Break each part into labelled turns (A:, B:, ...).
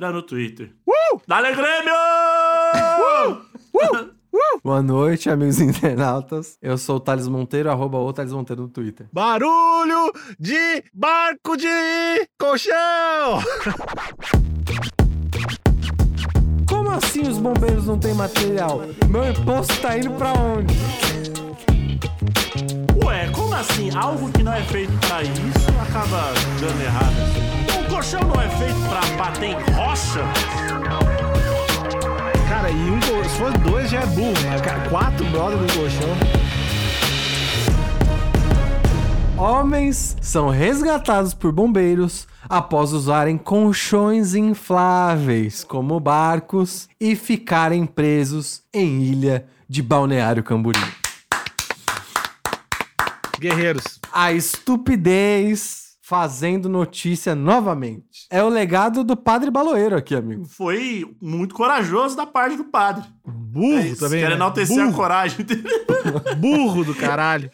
A: no Twitter. Uh! Dale Grêmio!
B: Uh!
C: Boa noite, amigos internautas. Eu sou o Thales Monteiro, arroba o Thales Monteiro no Twitter.
B: Barulho de barco de colchão!
C: Como assim os bombeiros não têm material? Meu imposto tá indo pra onde?
A: Ué, como assim? Algo que não é feito pra isso acaba dando errado. assim? O colchão não é feito pra bater em rocha?
B: Cara, e um, co- se for dois já é burro, né? Cara, quatro brothers no colchão.
C: Homens são resgatados por bombeiros após usarem colchões infláveis como barcos e ficarem presos em ilha de Balneário Camboriú.
B: Guerreiros.
C: A estupidez fazendo notícia novamente. É o legado do Padre Baloeiro aqui, amigo.
A: Foi muito corajoso da parte do padre.
B: Burro
A: É isso,
B: também.
A: Quero
B: né?
A: enaltecer a
B: burro,
A: coragem dele.
B: burro do caralho.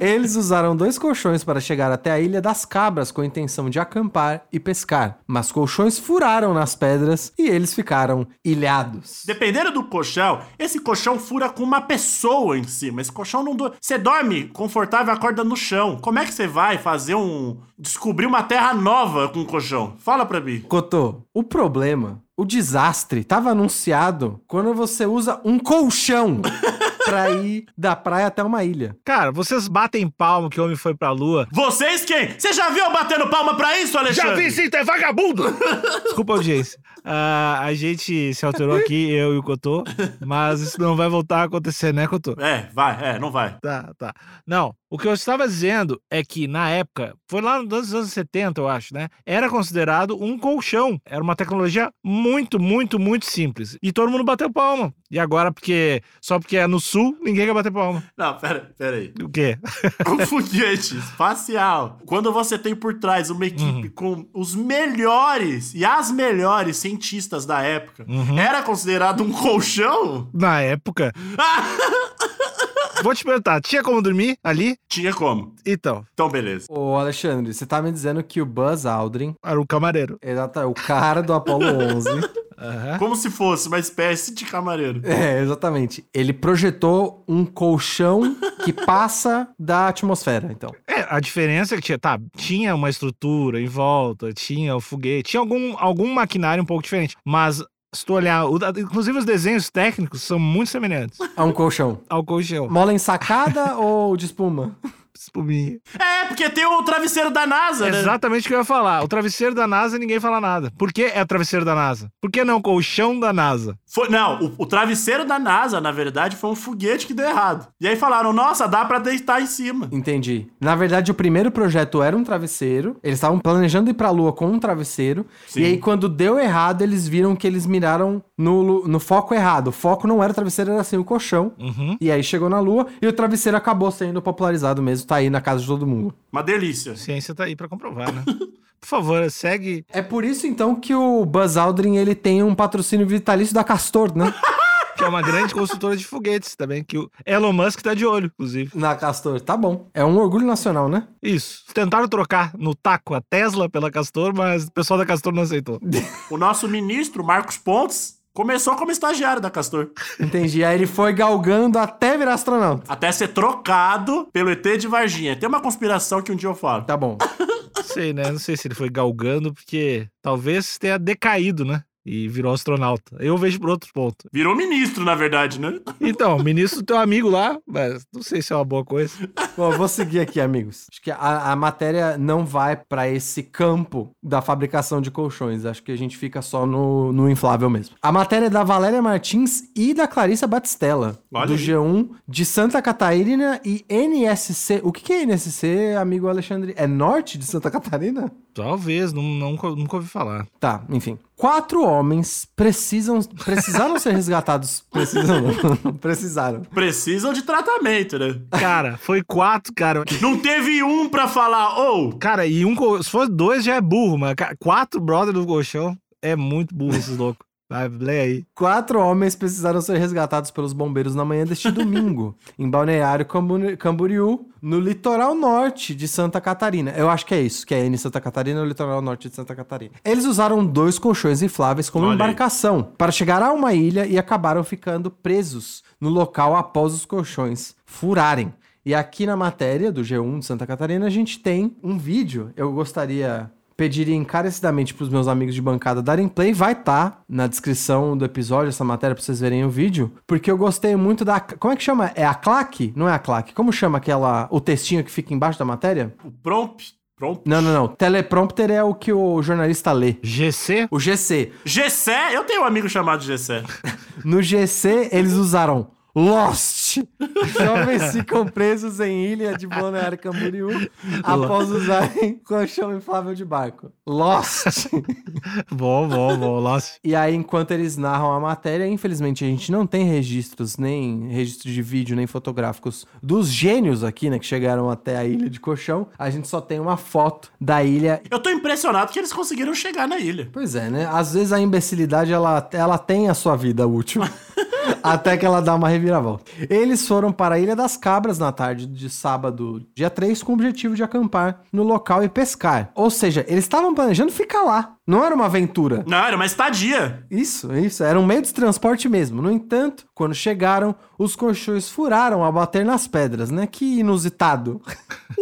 C: Eles usaram dois colchões para chegar até a Ilha das Cabras com a intenção de acampar e pescar, mas colchões furaram nas pedras e eles ficaram ilhados.
A: Dependendo do colchão, esse colchão fura com uma pessoa em cima. Esse colchão não. do- Você dorme confortável e acorda no chão. Como é que você vai fazer um. descobrir uma terra nova com um colchão? Fala pra mim.
C: Cotô, o problema, o desastre, estava anunciado quando você usa um colchão para ir da praia até uma ilha.
B: Cara, vocês batem palmo que o homem foi pra lua.
A: Vocês quem? Você já viu eu batendo palma pra isso, Alexandre?
B: sim, tu é vagabundo! Desculpa, audiência. Ah, a gente se alterou aqui, eu e o Cotô, mas isso não vai voltar a acontecer, né, Cotô?
A: É, vai, é, não vai.
B: Tá, tá. Não, o que eu estava dizendo é que na época, foi lá nos anos 70, eu acho, né? Era considerado um colchão. Era uma tecnologia muito, muito, muito simples. E todo mundo bateu palma. E agora, porque só porque é no sul, ninguém quer bater palma.
A: Não, pera, pera aí.
B: O quê?
A: Confundiente, espacial. Quando você tem por trás uma equipe com os melhores e as melhores cientistas da época, era considerado um colchão? Ah,
B: Na época. Vou te perguntar, tinha como dormir ali?
A: Tinha como.
B: Então,
A: Então, beleza.
C: Ô Alexandre, você tá me dizendo que o Buzz Aldrin,
B: era o camareiro.
C: exata- o cara do Apollo 11,
B: Aham.
A: Como se fosse uma espécie de camareiro.
C: É, exatamente. Ele projetou um colchão que passa da atmosfera, então.
B: É, a diferença é que tinha, tá, tinha uma estrutura em volta, tinha o foguete, tinha algum, algum maquinário um pouco diferente, mas se tu olhar, o da- inclusive os desenhos técnicos são muito semelhantes
C: É um colchão.
B: ao colchão.
C: Mola ensacada ou de espuma?
B: Espuminha.
A: É, porque tem o travesseiro da NASA, né?
B: Exatamente o que eu ia falar. O travesseiro da NASA, ninguém fala nada. Por que é travesseiro da NASA? Por que não colchão da NASA?
A: Foi, não, o, o travesseiro da NASA, na verdade, foi um foguete que deu errado. E aí falaram, nossa, dá pra deitar em cima.
C: Entendi. Na verdade, o primeiro projeto era um travesseiro. Eles estavam planejando ir pra lua com um travesseiro.
A: Sim.
C: E aí, quando deu errado, eles viram que eles miraram no, lu- no foco errado. O foco não era o travesseiro, era assim o colchão.
B: Uhum.
C: E aí chegou na lua e o travesseiro acabou sendo popularizado mesmo. Tá aí na casa de todo mundo.
A: Uma delícia.
B: Ciência tá aí pra comprovar, né? Por favor, segue.
C: É por isso, então, que o Buzz Aldrin ele tem um patrocínio vitalício da Castor, né?
B: Que é uma grande construtora de foguetes também, que o Elon Musk tá de olho, inclusive.
C: Na Castor, tá bom. É um orgulho nacional, né?
B: Isso. Tentaram trocar no taco a Tesla pela Castor, mas o pessoal da Castor não aceitou.
A: O nosso ministro, Marcos Pontes, começou como estagiário da Castor.
C: Entendi. Aí ele foi galgando até virar astronauta.
A: Até ser trocado pelo ET de Varginha. Tem uma conspiração que um dia eu falo.
C: Tá bom.
B: Não sei, né? Não sei se ele foi galgando, porque talvez tenha decaído, né? E virou astronauta. Eu vejo por outro ponto.
A: Virou ministro, na verdade, né?
B: Então, ministro do teu amigo lá, mas não sei se é uma boa coisa.
C: Bom, eu vou seguir aqui, amigos. Acho que a, a matéria não vai pra esse campo da fabricação de colchões. Acho que a gente fica só no, no inflável mesmo. A matéria é da Valéria Martins e da Clarissa Batistella,
A: Olha
C: do
A: aí.
C: G1, de Santa Catarina e NSC. O que, que é NSC, amigo Alexandre? É norte de Santa Catarina?
B: Talvez, não, nunca, nunca ouvi falar.
C: Tá, enfim. Quatro homens precisam precisaram ser resgatados. Precisam não. precisaram.
A: Precisam de tratamento, né?
B: Cara, foi quatro, cara.
A: Não teve um pra falar, ou.
B: Cara, e um. co- Se for dois já é burro, mas ca- quatro brothers do colchão é muito burro esses loucos. Vai, lê aí.
C: Quatro homens precisaram ser resgatados pelos bombeiros na manhã deste domingo, em Balneário Cambu- Camboriú, no litoral norte de Santa Catarina. Eu acho que é isso, que é em Santa Catarina, o litoral norte de Santa Catarina. Eles usaram dois colchões infláveis como
A: Olha aí.
C: embarcação para chegar a uma ilha e acabaram ficando presos no local após os colchões furarem. E aqui na matéria do G1 de Santa Catarina, a gente tem um vídeo. Eu gostaria pediria encarecidamente para os meus amigos de bancada darem play. Vai estar na descrição do episódio essa matéria para vocês verem o vídeo, porque eu gostei muito da como é que chama? É a claque? Não é a claque? Como chama aquela o textinho que fica embaixo da matéria?
A: O prompt. Prompt.
C: Não, não, não. Teleprompter é o que o jornalista lê.
B: GC?
C: O GC.
A: Gessé, eu tenho um amigo chamado Gessé.
C: No GC, eles usaram Lost. Jovens ficam presos em ilha de Balneário Camboriú após usarem colchão inflável de barco. Lost.
B: Bom, bom, bom. Lost.
C: E aí, enquanto eles narram a matéria, infelizmente a gente não tem registros, nem registro de vídeo, nem fotográficos dos gênios aqui, né, que chegaram até a ilha de colchão. A gente só tem uma foto da ilha.
A: Eu tô impressionado que eles conseguiram chegar na ilha.
C: Pois é, né? Às vezes a imbecilidade ela, ela tem a sua vida útil. Até que ela dá uma reviravolta. Eles foram para a Ilha das Cabras na tarde de sábado, dia 3, com o objetivo de acampar no local e pescar. Ou seja, eles estavam planejando ficar lá. Não era uma aventura.
A: Não, era uma estadia.
C: Isso, isso. Era um meio de transporte mesmo. No entanto, quando chegaram, os colchões furaram ao bater nas pedras, né? Que inusitado.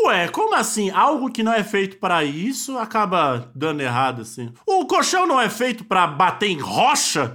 A: Ué, como assim? Algo que não é feito pra isso acaba dando errado, assim. O colchão não é feito pra bater em rocha?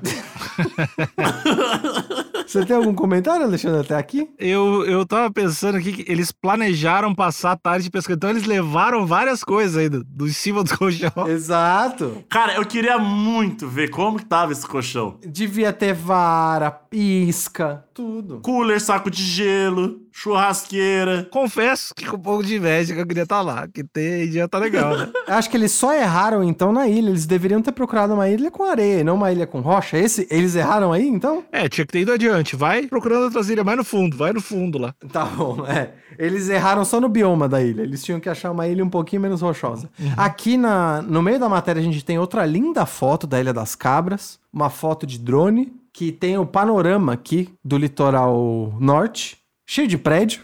C: Você tem algum comentário, Alexandre, até aqui?
B: Eu, eu tava pensando aqui que eles planejaram passar a tarde pescando. Então eles levaram várias coisas aí do, do em cima do colchão.
C: Exato.
A: Cara, eu queria muito ver como que tava esse colchão.
C: Devia ter vara, isca, tudo.
A: Cooler, saco de gelo, churrasqueira.
B: Confesso que com um pouco de inveja que eu queria estar lá, que ter dia tá legal, né?
C: Acho que eles só erraram então na ilha. Eles deveriam ter procurado uma ilha com areia, não uma ilha com rocha. Esse, eles erraram aí então?
B: É, tinha que ter ido adiante. Vai procurando outras ilhas, vai no fundo, vai no fundo lá. né?
C: Tá bom, é. Eles erraram só no bioma da ilha. Eles tinham que achar uma ilha um pouquinho menos rochosa. Aqui na, no meio da matéria a gente tem outra linda foto da Ilha das Cabras, uma foto de drone que tem o panorama aqui do litoral norte, cheio de prédio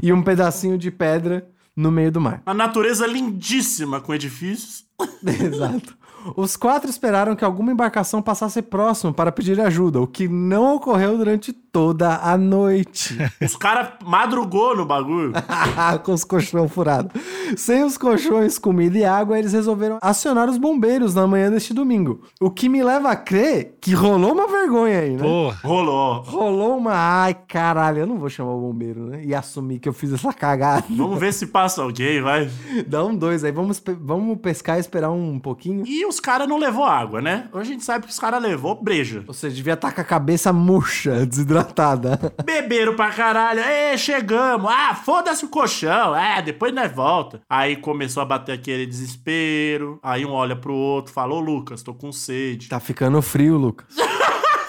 C: e um pedacinho de pedra no meio do mar.
A: A natureza lindíssima com edifícios.
C: Exato. Os quatro esperaram que alguma embarcação passasse próximo para pedir ajuda, o que não ocorreu durante toda a noite.
A: Os caras madrugou no bagulho.
C: com os colchões furados. Sem os colchões, comida e água, eles resolveram acionar os bombeiros na manhã deste domingo. O que me leva a crer que rolou uma vergonha aí, né?
B: Porra.
A: Rolou.
C: Rolou uma. Ai, caralho, eu não vou chamar o bombeiro, né? E assumir que eu fiz essa cagada.
A: Vamos ver se passa alguém, vai.
C: Dá um dois aí, vamos, pe- vamos pescar e esperar um pouquinho.
A: E os caras não levou água, né? Hoje a gente sabe que os caras levou breja.
C: Você devia estar com a cabeça murcha, desidratada.
A: Beberam pra caralho. Ê, chegamos. Ah, foda-se o colchão. Ah, depois nós volta. Aí começou a bater aquele desespero. Aí um olha pro outro, fala, ô Lucas, tô com sede.
C: Tá ficando frio, Lucas.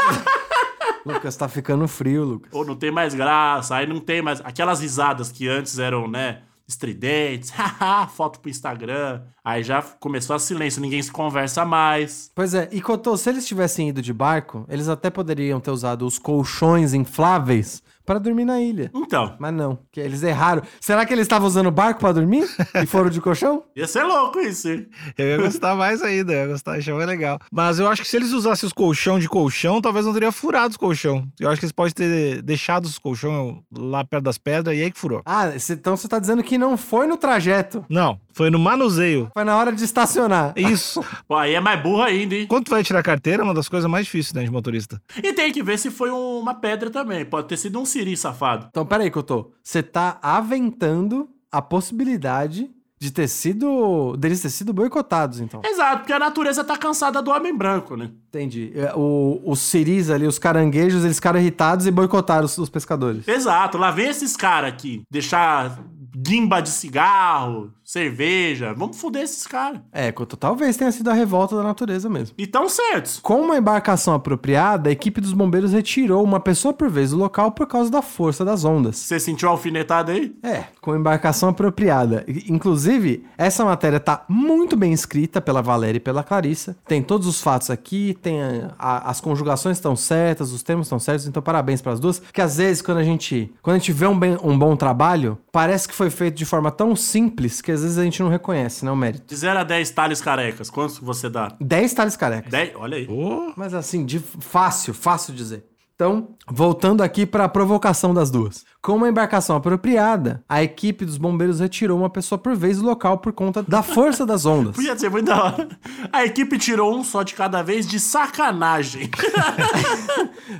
C: Lucas, tá ficando frio, Lucas.
A: Ou não tem mais graça. Aí não tem mais... Aquelas risadas que antes eram, né, estridentes. Haha, foto pro Instagram. Aí já começou a silêncio, ninguém se conversa mais.
C: Pois é, e Cotô, se eles tivessem ido de barco, eles até poderiam ter usado os colchões infláveis para dormir na ilha.
A: Então,
C: Mas não, que eles erraram. Será que eles estavam usando barco para dormir e foram de colchão?
A: ia ser louco isso, hein?
B: Eu ia gostar mais ainda, eu ia gostar, achar mais legal. Mas eu acho que se eles usassem os colchão de colchão, talvez não teria furado os colchão. Eu acho que eles podem ter deixado os colchão lá perto das pedras e aí que furou.
C: Ah, cê- então você tá dizendo que não foi no trajeto,
B: Não, foi no manuseio.
C: foi na hora de estacionar.
B: Isso.
A: Pô, aí é mais burro ainda, hein?
B: Quando tu vai tirar carteira, é uma das coisas mais difíceis, né, de motorista.
A: E tem que ver se foi um- uma pedra também. Pode ter sido um siri safado.
C: Então, peraí, Cotô, você tá aventando a possibilidade de ter sido deles ter sido boicotados, então.
A: Exato, porque a natureza tá cansada do homem branco, né?
C: Entendi. É, O, os ciris ali, os caranguejos, eles ficaram irritados e boicotaram os- os pescadores.
A: Exato, lá vem esses caras aqui. Deixar guimba de cigarro, cerveja. Vamos foder esses caras.
C: É, quanto- talvez tenha sido a revolta da natureza mesmo.
A: E tão certos.
C: Com uma embarcação apropriada, a equipe dos bombeiros retirou uma pessoa por vez do local por causa da força das ondas.
A: Você sentiu a alfinetada aí?
C: É, com embarcação apropriada. I- Inclusive, essa matéria tá muito bem escrita pela Valéria e pela Clarissa. Tem todos os fatos aqui, tem a- a- as conjugações estão certas, os termos estão certos, então parabéns para as duas. Porque às vezes, quando a gente, quando a gente vê um, bem- um bom trabalho, parece que foi feito de forma tão simples que às vezes a gente não reconhece, né, o mérito.
A: De 0 a 10 talhas carecas, quantos você dá?
C: 10 talhas carecas.
A: 10? Olha aí.
B: Ô,
C: Mas assim, de fácil, fácil dizer. Então, voltando aqui para a provocação das duas. Com uma embarcação apropriada, a equipe dos bombeiros retirou uma pessoa por vez do local por conta da força das ondas.
A: Podia ser muito da hora. A equipe tirou um só de cada vez de sacanagem.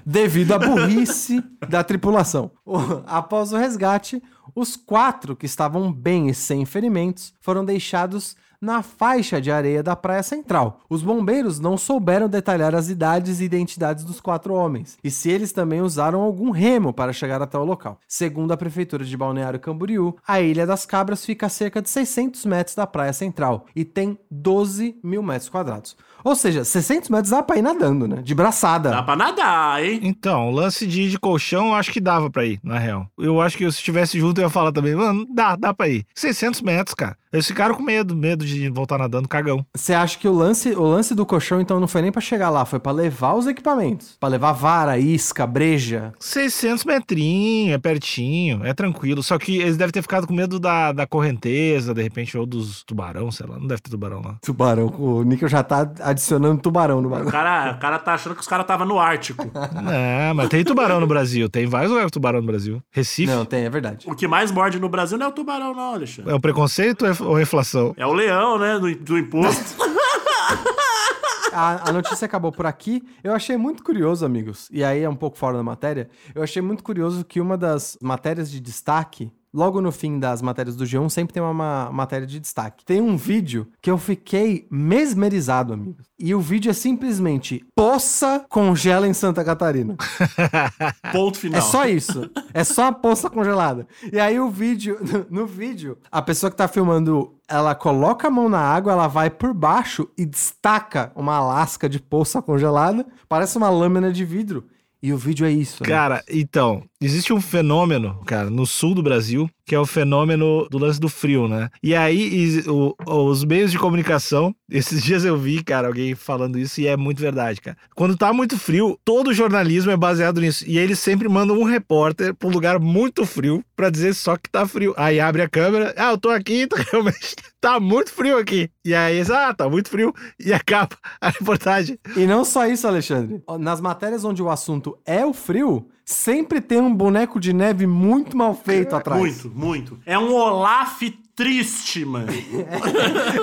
C: devido à burrice da tripulação. O- Após o resgate, os quatro que estavam bem e sem ferimentos foram deixados na faixa de areia da praia central. Os bombeiros não souberam detalhar as idades e identidades dos quatro homens e se eles também usaram algum remo para chegar até o local. Segundo a prefeitura de Balneário Camboriú, a Ilha das Cabras fica a cerca de 600 metros da praia central e tem 12 mil metros quadrados. Ou seja, 600 metros dá pra ir nadando, né? De braçada.
A: Dá pra nadar, hein?
B: Então, o lance de ir de colchão eu acho que dava pra ir, na real. Eu acho que eu, se estivesse junto eu ia falar também, mano, dá, dá pra ir. 600 metros, cara. Eles ficaram com medo, medo de voltar nadando, cagão.
C: Você acha que o lance, o lance do colchão, então, não foi nem pra chegar lá, foi pra levar os equipamentos. Pra levar vara, isca, breja.
B: 600 metrinho, é pertinho, é tranquilo. Só que eles devem ter ficado com medo da, da correnteza, de repente, ou dos tubarão, sei lá. Não deve ter tubarão lá.
C: Tubarão. O Níquel já tá adicionando tubarão no
A: O
C: bagulho.
A: cara, o cara tá achando que os caras estavam no Ártico.
B: Não, mas tem tubarão no Brasil. Tem vários lugares com tubarão no Brasil. Recife.
C: Não, tem, é verdade.
A: O que mais morde no Brasil não é o tubarão, não, Alexandre.
B: É o preconceito ou é- ou é inflação?
A: É o leão, né? Do, do imposto.
C: A, a notícia acabou por aqui. Eu achei muito curioso, amigos, e aí é um pouco fora da matéria. Eu achei muito curioso que uma das matérias de destaque. Logo no fim das matérias do G1 sempre tem uma ma- matéria de destaque. Tem um vídeo que eu fiquei mesmerizado, amigos. E o vídeo é simplesmente poça congela em Santa Catarina.
A: Ponto final.
C: É só isso. É só a poça congelada. E aí o vídeo, no vídeo, a pessoa que tá filmando, ela coloca a mão na água, ela vai por baixo e destaca uma lasca de poça congelada, parece uma lâmina de vidro. E o vídeo é isso. né?
B: Cara, então, existe um fenômeno, cara, no sul do Brasil, que é o fenômeno do lance do frio, né? E aí, e- o- os meios de comunicação, esses dias eu vi, cara, alguém falando isso e é muito verdade, cara. Quando tá muito frio, todo o jornalismo é baseado nisso. E aí eles sempre mandam um repórter pra um lugar muito frio pra dizer só que tá frio. Aí abre a câmera, ah, eu tô aqui, tá realmente tá muito frio aqui. E aí, eles, ah, tá muito frio. E acaba a reportagem.
C: E não só isso, Alexandre. Ó, Nas matérias onde o assunto é o frio, sempre tem um boneco de neve muito mal feito atrás.
A: Muito, muito. É um Olaf triste, mano.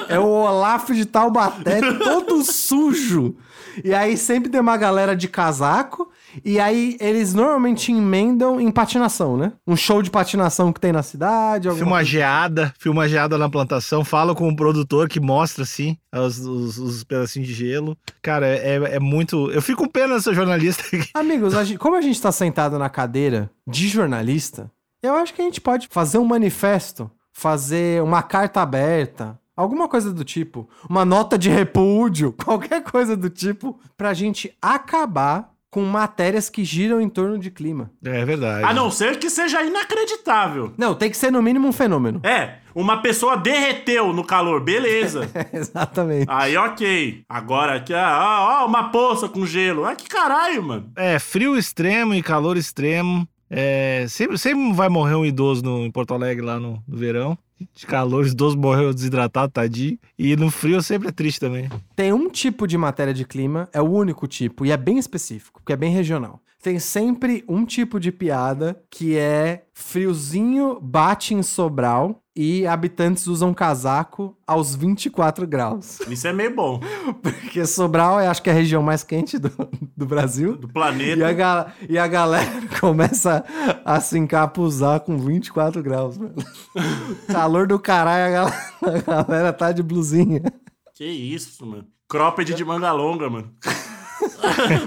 C: É o Olaf de Taubaté, todo sujo. E aí sempre tem uma galera de casaco. E aí eles normalmente emendam em patinação, né? Um show de patinação que tem na cidade. alguma
B: Filma
C: coisa.
B: geada, filma geada na plantação, fala com o produtor que mostra, assim, os, os- os pedacinhos de gelo. Cara, é, é muito. Eu fico com pena dessa jornalista aqui.
C: Amigos, a gente- como a gente tá sentado na cadeira de jornalista, eu acho que a gente pode fazer um manifesto, fazer uma carta aberta, alguma coisa do tipo, uma nota de repúdio, qualquer coisa do tipo, pra gente acabar com matérias que giram em torno de clima.
B: É verdade.
A: A Ah, não ser que seja inacreditável.
C: Não, tem que ser no mínimo um fenômeno.
A: É, uma pessoa derreteu no calor, beleza.
C: Exatamente.
A: Aí, ok. Agora aqui, ah, ó, uma poça com gelo. Ah, que caralho, mano.
B: É, frio extremo e calor extremo. É, sempre, sempre vai morrer um idoso no, em Porto Alegre lá no, no verão. De calor, o idoso morreu desidratado, tadinho. E no frio sempre é triste também.
C: Tem um tipo de matéria de clima, é o único tipo, e é bem específico, porque é bem regional. Tem sempre um tipo de piada que é friozinho bate em Sobral e habitantes usam casaco aos 24 graus.
A: Isso é meio bom.
C: Porque Sobral é, acho que é a região mais quente do, do Brasil.
A: Do
C: E a,
A: planeta.
C: ga- e a galera começa a se encapuzar com 24 graus, mano. Calor do caralho, a galera, a galera tá de blusinha.
A: Que isso, mano. Cropped de manga longa, mano.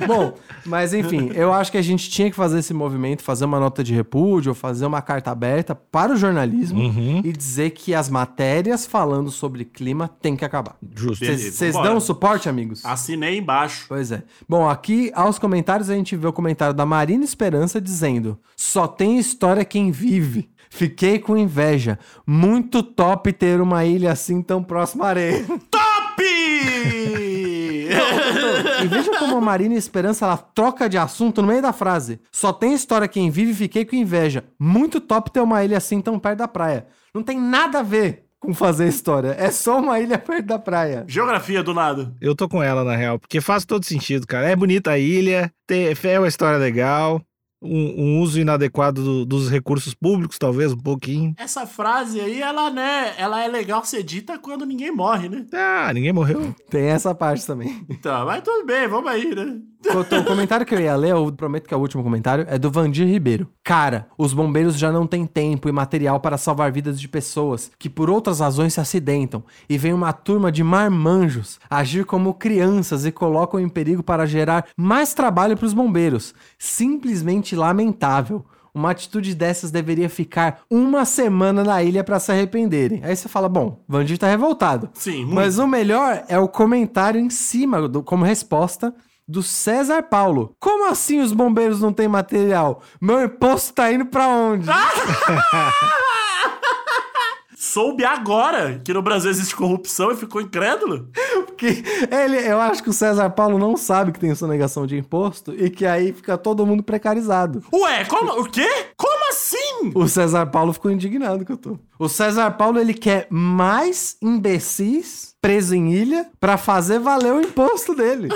C: Bom, mas enfim, eu acho que a gente tinha que fazer esse movimento, fazer uma nota de repúdio, ou fazer uma carta aberta para o jornalismo
A: Uhum.
C: e dizer que as matérias falando sobre clima têm que acabar.
B: Justo.
A: Beleza,
C: Vocês
A: vambora. Ah.
C: dão um suporte, amigos?
A: Assinei embaixo.
C: Pois é. Bom, aqui aos comentários a gente vê o comentário da Marina Esperança dizendo: Só tem história quem vive. Fiquei com inveja. Muito top ter uma ilha assim tão próxima à areia.
A: Top!
C: E veja como a Marina Esperança ela troca de assunto no meio da frase. Só tem história quem vive, fiquei com inveja. Muito top ter uma ilha assim tão perto da praia. Não tem nada a ver com fazer história. É só uma ilha perto da praia.
A: Geografia do nada.
B: Eu tô com ela, na real, porque faz todo sentido, cara. É bonita a ilha, tem- é uma história legal, um, um uso inadequado do- dos recursos públicos, talvez, um pouquinho.
A: Essa frase aí, ela, né, ela é legal ser dita quando ninguém morre, né?
B: Ah, ninguém morreu.
C: Tem essa parte também.
A: Então, mas tudo bem, vamos aí, né?
C: Cotô, o comentário que eu ia ler, eu prometo que é o último comentário, é do Vandir Ribeiro. Cara, os bombeiros já não têm tempo e material para salvar vidas de pessoas que por outras razões se acidentam e vem uma turma de marmanjos agir como crianças e colocam em perigo para gerar mais trabalho para os bombeiros. Simplesmente lamentável. Uma atitude dessas deveria ficar uma semana na ilha para se arrependerem. Aí você fala, bom, Vandir tá revoltado.
A: Sim, muito.
C: Mas o melhor é o comentário em cima, do- como resposta, do César Paulo. Como assim os bombeiros não têm material? Meu imposto tá indo pra onde?
A: Soube agora que no Brasil existe corrupção e ficou incrédulo.
C: Porque ele, eu acho que o César Paulo não sabe que tem sonegação de imposto e que aí fica todo mundo precarizado.
A: Ué, como? O quê? Como assim?
C: O César Paulo ficou indignado que eu tô. O César Paulo, ele quer mais imbecis preso em ilha pra fazer valer o imposto dele.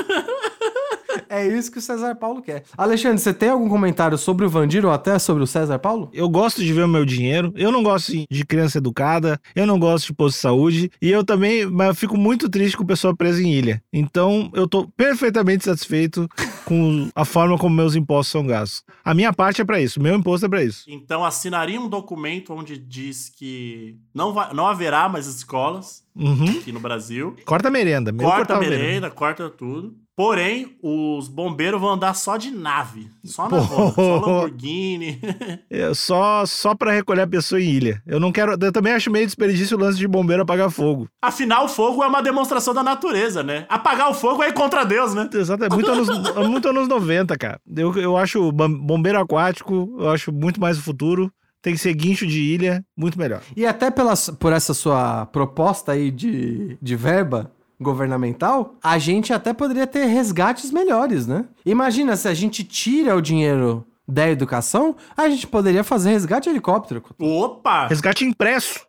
C: É isso que o César Paulo quer. Alexandre, você tem algum comentário sobre o Vandir ou até sobre o César Paulo?
B: Eu gosto de ver o meu dinheiro, eu não gosto de criança educada, eu não gosto de posto de saúde, e eu também mas eu fico muito triste com o pessoal preso em ilha. Então, eu tô perfeitamente satisfeito com a forma como meus impostos são gastos. A minha parte é pra isso, meu imposto é pra isso.
A: Então assinaria um documento onde diz que não, va- não haverá mais escolas
B: Uhum.
A: aqui no Brasil.
B: Corta a merenda, meu
A: Corta a
B: cortava a merenda.
A: merenda, corta tudo. Porém, os bombeiros vão andar só de nave. Só na
B: Pô.
A: roda, só Lamborghini.
B: É, só só para recolher a pessoa em ilha. Eu não quero. Eu também acho meio desperdício o lance de bombeiro apagar fogo.
A: Afinal, o fogo é uma demonstração da natureza, né? Apagar o fogo é contra Deus, né?
B: Exato, é muito anos, é muito anos 90, cara. Eu, eu acho o bam- bombeiro aquático, eu acho muito mais o futuro. Tem que ser guincho de ilha, muito melhor.
C: E até pela, su- por essa sua proposta aí de, de verba governamental, a gente até poderia ter resgates melhores, né? Imagina se a gente tira o dinheiro da educação, a gente poderia fazer resgate de helicóptero.
A: Opa!
B: Resgate impresso.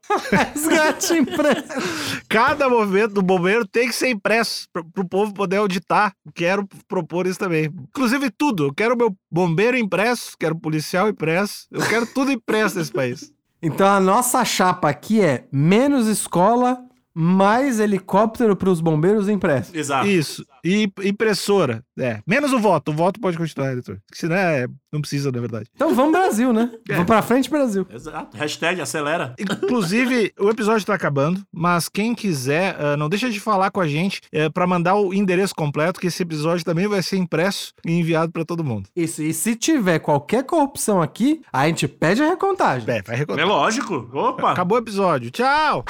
C: Resgate impresso.
B: Cada movimento do bombeiro tem que ser impresso pro, pro povo poder auditar. Quero propor isso também. Inclusive tudo. Eu quero meu bombeiro impresso, quero policial impresso. Eu quero tudo impresso nesse país.
C: Então a nossa chapa aqui é menos escola, mais helicóptero para os bombeiros impressos.
A: Exato.
B: Isso. E impressora. É. Menos o voto. O voto pode continuar, editor. Se não é, não precisa, na verdade.
C: Então vamos Brasil, né? Vamos para frente Brasil.
A: Exato. Hashtag acelera.
B: Inclusive, o episódio tá acabando, mas quem quiser, ah, não deixa de falar com a gente eh, pra mandar o endereço completo, que esse episódio também vai ser impresso e enviado pra todo mundo.
C: Isso. E se tiver qualquer corrupção aqui, a gente pede a recontagem.
B: É, vai
A: É
B: recordar.
A: lógico. Opa!
B: Acabou o episódio. Tchau!